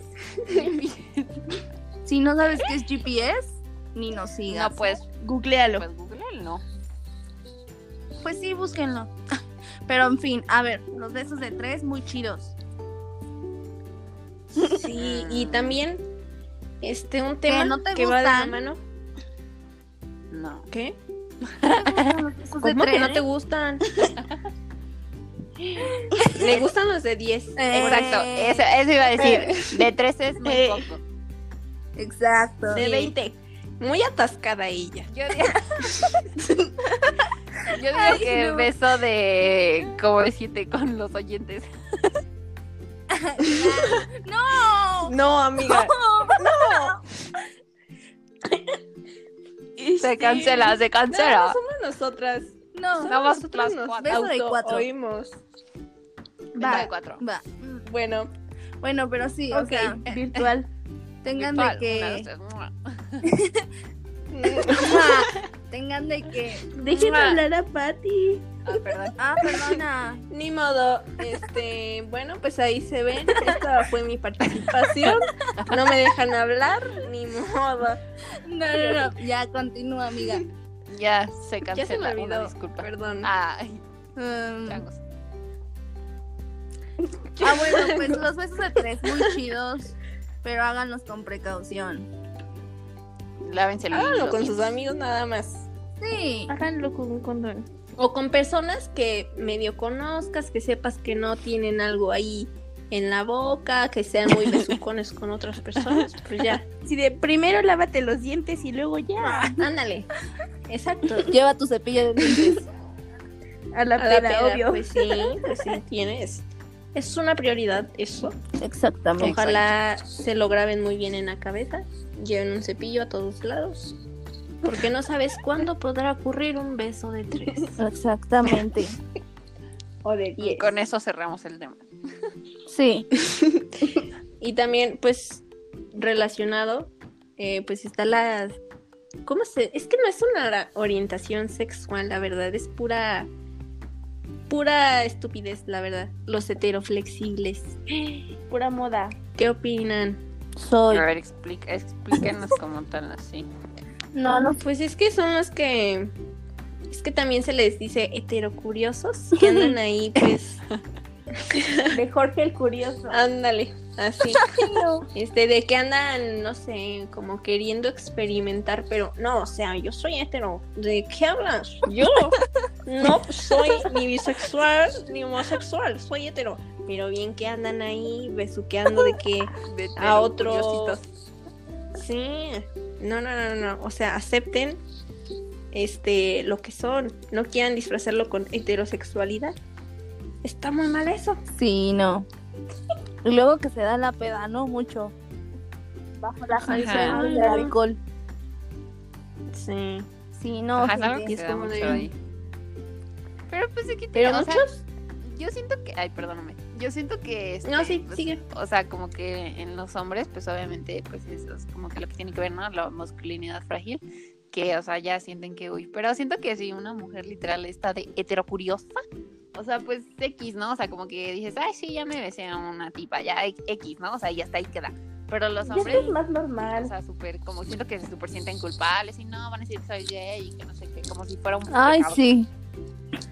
Speaker 1: Si no sabes qué es GPS, ni nos sigas.
Speaker 2: No, pues,
Speaker 3: Googlealo.
Speaker 2: pues Google no.
Speaker 1: Pues sí, búsquenlo. Pero en fin, a ver, los besos de tres muy chidos.
Speaker 3: Pues Sí, y también este un tema
Speaker 1: no te
Speaker 3: Ah. que va de la
Speaker 1: gustan.
Speaker 3: mano.
Speaker 2: No.
Speaker 3: ¿Qué?
Speaker 1: Los besos de
Speaker 3: ¿Cómo que
Speaker 1: tres.
Speaker 3: no te gustan? Me gustan los de 10.
Speaker 1: Eh,
Speaker 2: Exacto, eso, eso iba a decir. De tres es muy
Speaker 3: Eh.
Speaker 2: poco.
Speaker 1: Exacto.
Speaker 3: De 20. Muy atascada ella.
Speaker 2: Yo digo, Yo digo que
Speaker 1: no.
Speaker 2: beso de como de siete con los oyentes.
Speaker 1: ¡No!
Speaker 3: No, amiga. No.
Speaker 2: Se cancela, se
Speaker 3: No,
Speaker 2: cancela.
Speaker 3: somos nosotras.
Speaker 1: No,
Speaker 2: No, vamos
Speaker 3: nosotras
Speaker 2: las
Speaker 3: nos
Speaker 2: cuatro.
Speaker 1: Beso de cuatro.
Speaker 3: oímos.
Speaker 2: Beso
Speaker 1: va,
Speaker 2: de cuatro.
Speaker 1: va.
Speaker 3: Bueno,
Speaker 1: Bueno, pero sí, o
Speaker 3: Ok.
Speaker 1: sea,
Speaker 5: Virtual.
Speaker 1: tengan de
Speaker 2: Virtual,
Speaker 1: que.
Speaker 2: una, dos, tres, mua.
Speaker 3: mm,
Speaker 1: Mua. tengan de que.
Speaker 5: Dejen
Speaker 2: Mua.
Speaker 5: hablar a Patty.
Speaker 2: Ah, perdón.
Speaker 1: Ah, perdona.
Speaker 3: ni modo. Este, bueno, pues ahí se ven. Esta fue mi participación. No me dejan hablar, ni modo.
Speaker 1: No, no, no. Ya continúa, amiga.
Speaker 2: Ya se
Speaker 3: Ya se me
Speaker 2: cancela. Una
Speaker 3: olvidó.
Speaker 2: disculpa.
Speaker 3: Perdón.
Speaker 2: Ay,
Speaker 1: Mm,
Speaker 2: changos.
Speaker 1: ah, bueno, pues los besos de tres muy chidos, pero háganlos con precaución.
Speaker 2: Lávense el
Speaker 3: Háganlo
Speaker 2: los
Speaker 3: con sus
Speaker 2: dientes.
Speaker 3: amigos nada más.
Speaker 1: Sí.
Speaker 5: Háganlo con un condón.
Speaker 3: O con personas que medio conozcas, que sepas que no tienen algo ahí en la boca, que sean muy besucones con otras personas. Pues ya,
Speaker 5: Si de primero lávate los dientes y luego ya.
Speaker 3: ándale. Exacto.
Speaker 1: Lleva tu cepillo de dientes.
Speaker 5: A la,
Speaker 3: A la
Speaker 5: pera,
Speaker 3: peda,
Speaker 5: obvio.
Speaker 3: Pues sí, pues sí, tienes. Es una prioridad eso.
Speaker 1: Exactamente.
Speaker 3: Ojalá se lo graben muy bien en la cabeza. Lleven un cepillo a todos lados. Porque no sabes cuándo podrá ocurrir un beso de tres.
Speaker 1: Exactamente.
Speaker 4: O de 10.
Speaker 2: Con eso cerramos el tema.
Speaker 1: Sí.
Speaker 3: Y también, pues, relacionado, eh, pues está la... ¿Cómo se...? Es que no es una ora- orientación sexual, la verdad, es pura... Pura estupidez, la verdad. Los heteroflexibles.
Speaker 5: Pura moda.
Speaker 3: ¿Qué opinan?
Speaker 1: Soy.
Speaker 2: A ver, explica, explíquenos cómo tal así.
Speaker 1: No, no.
Speaker 3: Pues es que son los que... Es que también se les dice heterocuriosos, que andan ahí, pues,
Speaker 4: De Jorge el Curioso.
Speaker 3: ándale. así. Este, de que andan, no sé, como queriendo experimentar, pero no, o sea, yo soy hetero. ¿De qué hablas? Yo no soy ni bisexual ni homosexual, soy hetero. Pero bien que andan ahí besuqueando de que
Speaker 2: De- de
Speaker 3: a
Speaker 2: los
Speaker 3: otro.
Speaker 2: curiositos.
Speaker 3: Sí. No, no, no, no, no. O sea, acepten este lo que son. No quieran disfrazarlo con heterosexualidad. Está muy mal eso.
Speaker 1: Sí, no. Y luego que se da la peda, ¿no? Mucho. Bajo la
Speaker 2: Ajá.
Speaker 1: del alcohol.
Speaker 3: Sí.
Speaker 1: Sí, no.
Speaker 2: Ajá, es algo
Speaker 1: gente.
Speaker 2: que
Speaker 3: es
Speaker 2: se da
Speaker 3: como
Speaker 2: mucho
Speaker 3: de-
Speaker 2: ahí. Pero pues aquí
Speaker 3: Pero
Speaker 2: o sea,
Speaker 3: muchos
Speaker 2: yo siento que, ay, perdóname, yo siento que... este,
Speaker 3: No, sí,
Speaker 2: pues,
Speaker 3: sigue.
Speaker 2: O sea, como que en los hombres, pues obviamente, pues eso es como que lo que tiene que ver, ¿no? La masculinidad frágil, que, o sea, ya sienten que, uy, pero siento que si una mujer literal está de heterocuriosa, o sea, pues X, ¿no? O sea, como que dices, ay, sí, ya me besé a una tipa, ya X, ¿no? O sea, ya está ahí queda. Pero los
Speaker 4: Ya esto
Speaker 2: hombres...
Speaker 4: es más
Speaker 2: O
Speaker 4: normal.
Speaker 2: sea, súper, como siento que se súper sienten culpables y no, van a decir que soy gay y que no sé qué, como si fuera un
Speaker 1: Ay,
Speaker 2: pecado.
Speaker 1: sí.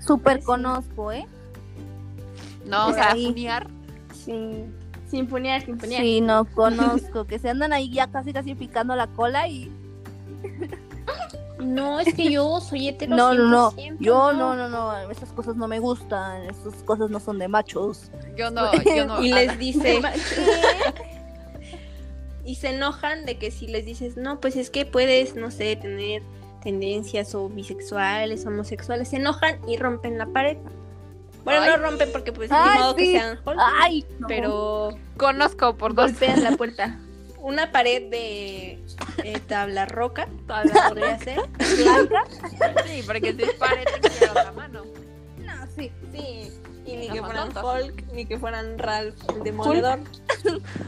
Speaker 1: Súper conozco, ¿eh?
Speaker 2: No, o
Speaker 1: Pues
Speaker 2: sea,
Speaker 1: ahí.
Speaker 2: juniar
Speaker 5: Sí. Sinfonía, sinfonía.
Speaker 1: Sí, no conozco. Que se andan ahí ya casi casi picando la cola y.
Speaker 3: No, es que yo soy hetero.
Speaker 1: No, no, no.
Speaker 3: 100%,
Speaker 1: Yo no, no, no. Esas cosas no me gustan. Esas cosas no son de machos.
Speaker 2: Yo no, yo no.
Speaker 3: Y
Speaker 2: ah,
Speaker 3: les dice. y se enojan de que si les dices, no, pues es que puedes, no sé, tener tendencias o bisexuales, homosexuales, se enojan y rompen la pared. Bueno,
Speaker 2: Ay.
Speaker 3: no rompen porque pues
Speaker 1: Ay,
Speaker 3: ni modo
Speaker 1: sí.
Speaker 3: que sean hol-
Speaker 1: Ay, no.
Speaker 3: pero
Speaker 2: conozco por dos.
Speaker 3: golpean la puerta. Una pared de eh, tabla roca, podría ser.
Speaker 1: blanca.
Speaker 2: Sí, porque si es pared te quiero la mano.
Speaker 1: No, sí.
Speaker 3: Sí. Y ni
Speaker 2: Ajá,
Speaker 3: que fueran
Speaker 2: tontos.
Speaker 3: Hulk, ni que fueran Ralph, el demoledor.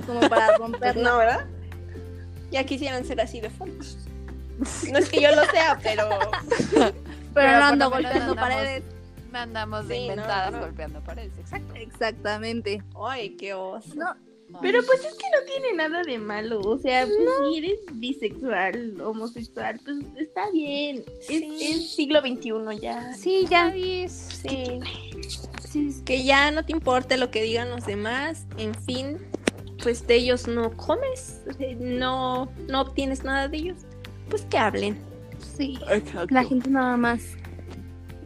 Speaker 1: Como para romperla.
Speaker 3: no, ¿verdad? Ya quisieran ser así de Hulk. No es que yo lo sea, pero
Speaker 1: Pero,
Speaker 2: Pero
Speaker 1: no
Speaker 2: por
Speaker 1: ando
Speaker 2: lo menos
Speaker 1: golpeando
Speaker 2: andamos-
Speaker 1: paredes.
Speaker 2: No andamos de
Speaker 3: Sí, no,
Speaker 2: inventadas
Speaker 3: no.
Speaker 2: golpeando paredes, exacto.
Speaker 1: Exactamente.
Speaker 3: Ay, qué oso.
Speaker 1: No,
Speaker 5: Pero pues es que no tiene nada de malo. O sea, pues, si eres bisexual, homosexual, pues está bien. Es,
Speaker 3: Sí.
Speaker 5: es siglo XXI ya.
Speaker 2: Sí, ya ves.
Speaker 5: Sí.
Speaker 3: Que ya no te importe lo que digan los demás, en fin, pues de ellos no comes, eh, no, no obtienes nada de ellos, pues que hablen.
Speaker 1: Sí. La gente nada más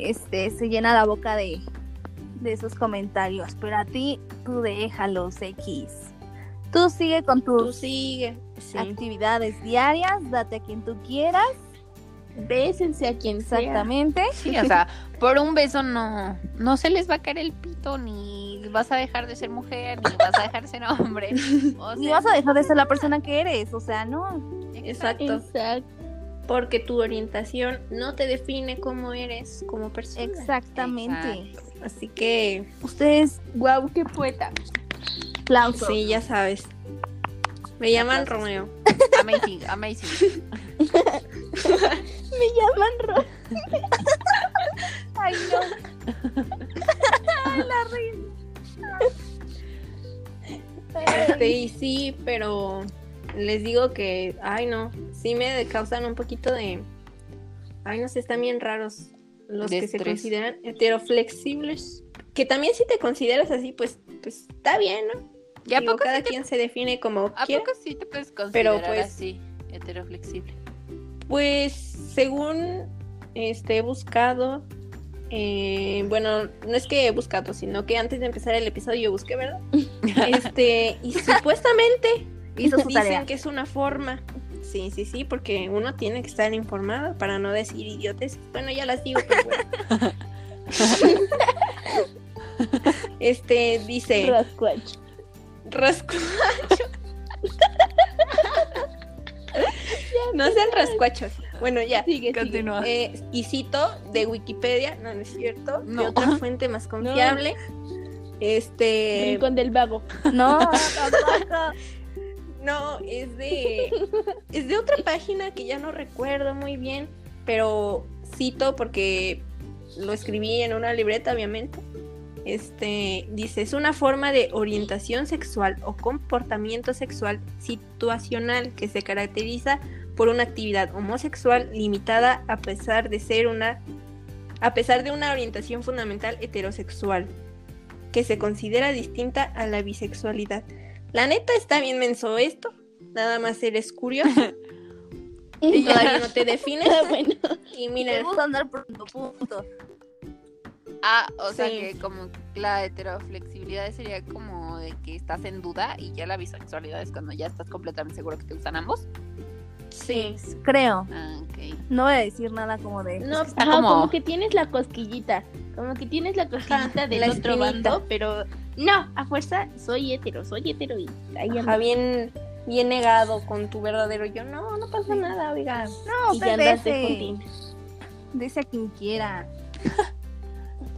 Speaker 1: este, se llena la boca de, de esos comentarios. Pero a ti, tú déjalos, X. Tú sigue con
Speaker 3: Tú
Speaker 5: Pues,
Speaker 1: tus
Speaker 3: sigue. Sí.
Speaker 1: actividades diarias, date a quien tú quieras,
Speaker 5: Bésense a quien sea.
Speaker 1: exactamente.
Speaker 2: Sí, o sea, por un beso no, no se les va a caer el pito, ni vas a dejar de ser mujer, ni vas a dejar de ser hombre. O
Speaker 1: Ni
Speaker 2: sea,
Speaker 1: vas a dejar de ser la persona que eres, o sea, no.
Speaker 3: Exacto.
Speaker 5: Exacto.
Speaker 3: Porque tu orientación no te define cómo eres como persona.
Speaker 1: Exactamente.
Speaker 2: Exacto.
Speaker 3: Así que,
Speaker 1: Ustedes,
Speaker 5: Guau, qué poeta.
Speaker 1: aplausos.
Speaker 3: sí, ya sabes. Me llaman
Speaker 2: Aplausos.
Speaker 3: Romeo.
Speaker 2: Amazing, amazing.
Speaker 5: Me llaman Ro.
Speaker 1: Ay, no.
Speaker 3: Este, y sí, pero les digo que, ay no, sí me causan un poquito de, ay no sé, están bien raros los
Speaker 2: De
Speaker 3: que se
Speaker 2: estrés.
Speaker 3: consideran heteroflexibles. Que también si te consideras así, pues, pues está bien, ¿no?
Speaker 2: ¿Y a
Speaker 3: Digo,
Speaker 2: poco,
Speaker 3: cada
Speaker 2: sí te,
Speaker 3: quien se define como
Speaker 2: a
Speaker 3: quiere.
Speaker 2: poco sí te puedes
Speaker 3: Pero,
Speaker 2: considerar
Speaker 3: pues,
Speaker 2: así, heteroflexible?
Speaker 3: Pues según este he buscado, eh, bueno, no es que he buscado, sino que antes de empezar el episodio yo busqué, ¿verdad? Este, y supuestamente
Speaker 1: Hizo su
Speaker 3: Dicen
Speaker 1: tarea.
Speaker 3: que es una forma. Sí, sí, sí, porque uno tiene que estar informado para no decir idiotes. Bueno, ya las digo, pero bueno. este dice
Speaker 5: Rascuacho.
Speaker 3: rascuacho. no sean rascuachos. Bueno, ya.
Speaker 5: Sigue, sigue.
Speaker 2: Continúa.
Speaker 3: Eh, y cito de Wikipedia, no, no es cierto,
Speaker 2: No.
Speaker 3: de otra fuente más confiable. Este
Speaker 5: Rincón del vago.
Speaker 1: No, tampoco.
Speaker 3: No, es de. es de otra página que ya no recuerdo muy bien, pero cito porque lo escribí en una libreta, obviamente. Este dice: es una forma de orientación sexual o comportamiento sexual situacional que se caracteriza por una actividad homosexual limitada a pesar de ser una. a pesar de una orientación fundamental heterosexual, que se considera distinta a la bisexualidad. La neta está bien menso esto. Nada más eres curioso. y todavía no te defines.
Speaker 5: bueno,
Speaker 3: Y
Speaker 1: Te
Speaker 3: mira,
Speaker 1: gusta andar pronto, punto.
Speaker 2: Ah, o sea
Speaker 3: Sí.
Speaker 2: que como la heteroflexibilidad sería como de que estás en duda y ya la bisexualidad es cuando ya estás completamente seguro que te gustan ambos.
Speaker 3: sí.
Speaker 1: Creo.
Speaker 2: Ah, ok.
Speaker 1: No voy a decir nada como de.
Speaker 5: no,
Speaker 2: está
Speaker 5: ajá, como...
Speaker 2: como-
Speaker 5: que tienes la cosquillita, como que tienes la cosquillita del
Speaker 3: la
Speaker 5: otro
Speaker 3: espinita.
Speaker 5: bando, pero no, a fuerza soy hetero, soy hetero y ahí ando.
Speaker 3: pues, Ajá, bien, bien negado con tu verdadero yo. No, no pasa nada, oiga.
Speaker 1: No,
Speaker 5: y ya andas de contín.
Speaker 1: Dice a quien quiera.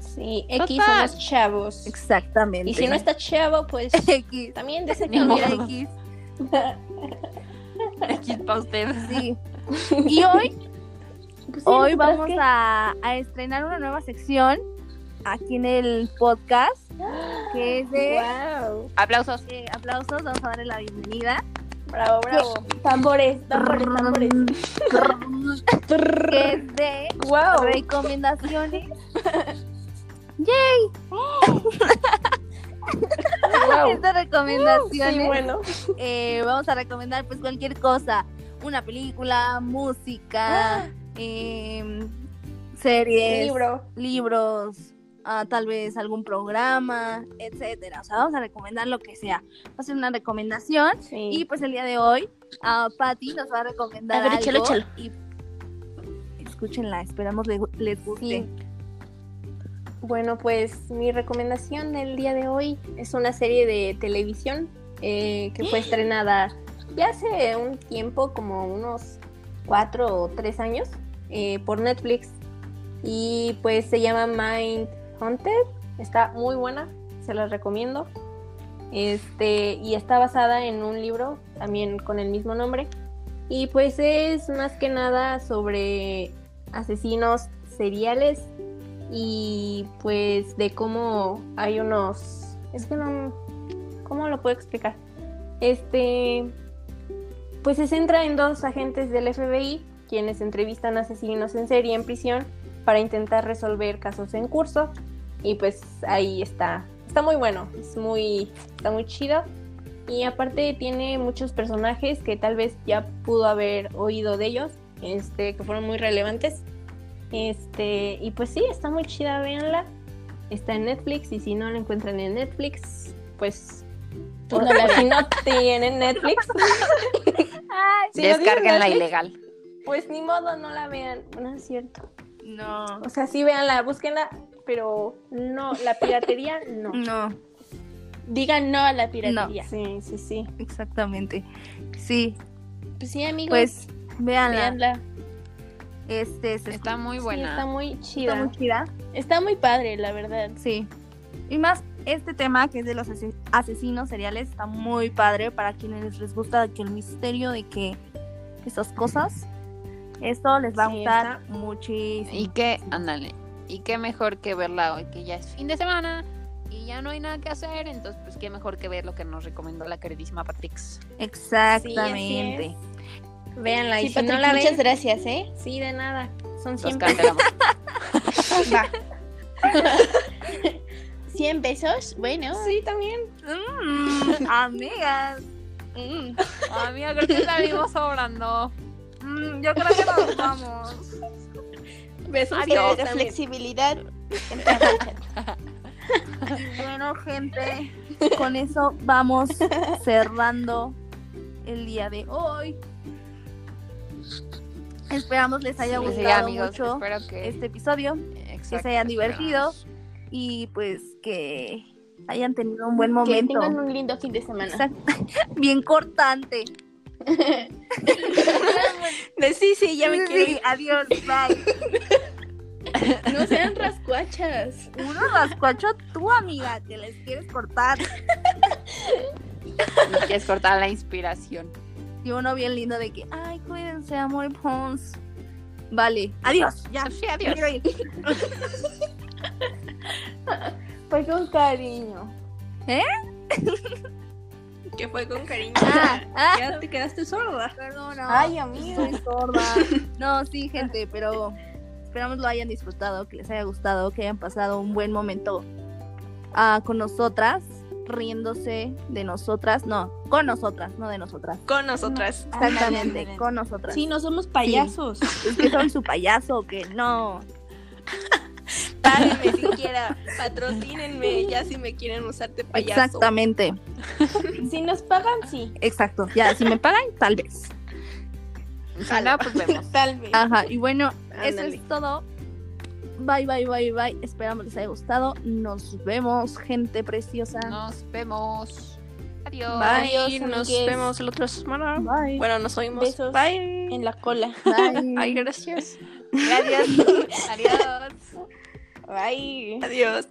Speaker 3: Sí, X
Speaker 2: Total.
Speaker 3: somos chavos.
Speaker 1: Exactamente.
Speaker 3: Y si no está chavo, pues
Speaker 1: X.
Speaker 3: también desde
Speaker 2: Ni
Speaker 3: que
Speaker 1: Mira,
Speaker 2: modo.
Speaker 1: X.
Speaker 2: Aquí para ustedes.
Speaker 1: Sí. Y hoy,
Speaker 4: Pues sí,
Speaker 1: hoy
Speaker 4: ¿no?
Speaker 1: vamos
Speaker 4: ¿Qué?
Speaker 1: a, a estrenar una nueva sección aquí en el podcast, que es de
Speaker 3: Wow.
Speaker 2: Aplausos.
Speaker 1: eh, aplausos. Vamos a darle la bienvenida.
Speaker 3: Bravo, bravo.
Speaker 4: Tambores, tambores, tambores.
Speaker 1: que es de
Speaker 3: Wow.
Speaker 1: recomendaciones.
Speaker 3: wow.
Speaker 1: Estas recomendaciones.
Speaker 3: Uh, Sí, bueno.
Speaker 1: eh, vamos a recomendar pues cualquier cosa, una película, música, em, series,
Speaker 3: Ah. Libro.
Speaker 1: libros, ah, tal vez algún programa, etcétera. O sea, vamos a recomendar lo que sea. Va a ser una recomendación
Speaker 3: Sí.
Speaker 1: y pues el día de hoy ah, Patty nos va a recomendar
Speaker 5: A ver,
Speaker 1: algo
Speaker 5: échalo, échalo.
Speaker 1: y escúchenla, esperamos le- les guste.
Speaker 3: Sí. Bueno, pues mi recomendación del día de hoy es una serie de televisión eh, que fue estrenada ya hace un tiempo, como unos cuatro o tres años, eh, por Netflix. Y pues se llama Mind Hunter. Está muy buena, se la recomiendo. Este, y está basada en un libro también con el mismo nombre. Y pues es más que nada sobre asesinos seriales y pues de cómo hay unos es que no cómo lo puedo explicar este pues se centra en dos agentes del FBI quienes entrevistan asesinos en serie en prisión para intentar resolver casos en curso y pues ahí está está muy bueno es muy está muy chido y aparte tiene muchos personajes que tal vez ya pudo haber oído de ellos este que fueron muy relevantes este, y pues sí, está muy chida, véanla. Está en Netflix y si no la encuentran en Netflix, pues
Speaker 5: Tú
Speaker 3: o
Speaker 5: no la
Speaker 3: sea, si no tienen Netflix, si no tienen
Speaker 2: Descárguenla
Speaker 3: Netflix,
Speaker 2: ilegal.
Speaker 3: Pues ni modo, no la vean. No es cierto.
Speaker 1: No,
Speaker 3: O sea, sí véanla, búsquenla, pero no, la piratería no.
Speaker 1: no,
Speaker 5: Digan no a la piratería.
Speaker 3: Sí, sí, sí.
Speaker 1: exactamente. Sí,
Speaker 5: Pues sí, amigos,
Speaker 1: pues véanla.
Speaker 5: veanla.
Speaker 1: Este se
Speaker 2: Está muy
Speaker 3: Sí,
Speaker 2: buena.
Speaker 3: está muy chida.
Speaker 1: escucha muy chida.
Speaker 5: Está muy padre, la verdad.
Speaker 1: Sí. Y más este tema que es de los ase- asesinos seriales está muy padre para quienes les gusta que el misterio de que esas cosas esto les va a
Speaker 3: Sí,
Speaker 1: gustar muchísimo.
Speaker 2: Y que, ándale. Y qué mejor que verla hoy, que ya es fin de semana y ya no hay nada que hacer. Entonces, pues qué mejor que ver lo que nos recomendó la queridísima Patrix.
Speaker 1: Exactamente.
Speaker 3: Véanla y
Speaker 5: Sí,
Speaker 3: si
Speaker 5: Patrick,
Speaker 3: no la
Speaker 5: muchas
Speaker 3: ven,
Speaker 5: gracias, ¿eh?
Speaker 3: sí, de nada. Son
Speaker 2: Los
Speaker 3: 100
Speaker 2: cancelamos.
Speaker 5: 100 besos, bueno.
Speaker 3: Sí, también.
Speaker 1: Mm, amigas.
Speaker 5: Mm.
Speaker 3: Ah,
Speaker 2: Amiga, creo que salimos sobrando.
Speaker 1: Mm, yo creo que nos vamos.
Speaker 3: Besos y
Speaker 5: Adiós.
Speaker 3: besos también.
Speaker 5: flexibilidad.
Speaker 1: Bueno, gente, con eso vamos cerrando el día de hoy. Esperamos les haya
Speaker 2: Sí,
Speaker 1: gustado
Speaker 2: amigos,
Speaker 1: mucho
Speaker 2: espero que
Speaker 1: este episodio. que se hayan divertido y pues que hayan tenido un buen
Speaker 5: Que
Speaker 1: momento.
Speaker 5: tengan un lindo fin de semana.
Speaker 1: Exacto. Bien cortante.
Speaker 3: De sí, sí, ya me
Speaker 1: Sí,
Speaker 3: quiero
Speaker 1: sí,
Speaker 3: ir.
Speaker 1: Adiós, bye.
Speaker 5: No sean rascuachas.
Speaker 1: Uno rascuacho tú, amiga, que les quieres cortar.
Speaker 2: Que es cortar la inspiración.
Speaker 1: Y uno bien lindo de que, ay, cuídense, amor, Pons. Vale, adiós, ya.
Speaker 2: Sí, adiós.
Speaker 1: Quiero ir.
Speaker 4: Fue con cariño.
Speaker 3: ¿Eh? Que fue con cariño.
Speaker 1: Ah, ah,
Speaker 3: Ya te quedaste sorda.
Speaker 1: perdona.
Speaker 4: Ay, amigo.
Speaker 1: soy sorda. No, sí, gente, pero esperamos lo hayan disfrutado, que les haya gustado, que hayan pasado un buen momento ah, con nosotras. riéndose de nosotras, no, con nosotras, no de nosotras.
Speaker 3: Con nosotras.
Speaker 1: Exactamente,
Speaker 5: Ah, ándale.
Speaker 1: con nosotras.
Speaker 5: Sí, no somos payasos.
Speaker 1: Es que soy su payaso, que no.
Speaker 3: Párenme siquiera. Patrocínenme ya si me quieren usar de payaso.
Speaker 1: Exactamente,
Speaker 5: Si nos pagan, sí.
Speaker 1: exacto. Ya, si me pagan, tal vez.
Speaker 2: Ojalá, pues vemos.
Speaker 3: Tal vez.
Speaker 1: Ajá, y bueno, eso
Speaker 3: Ándale.
Speaker 1: es todo. Bye, bye, bye, bye. Esperamos les haya gustado. Nos vemos, gente preciosa.
Speaker 2: Nos vemos. Adiós.
Speaker 3: Bye.
Speaker 5: Adiós,
Speaker 3: nos
Speaker 5: amigues.
Speaker 3: vemos la otra semana.
Speaker 1: Bye.
Speaker 3: Bueno, nos oímos.
Speaker 5: Besos.
Speaker 3: Bye.
Speaker 5: En la cola.
Speaker 3: Ay, gracias.
Speaker 2: Gracias. Adiós.
Speaker 5: Bye.
Speaker 3: Adiós.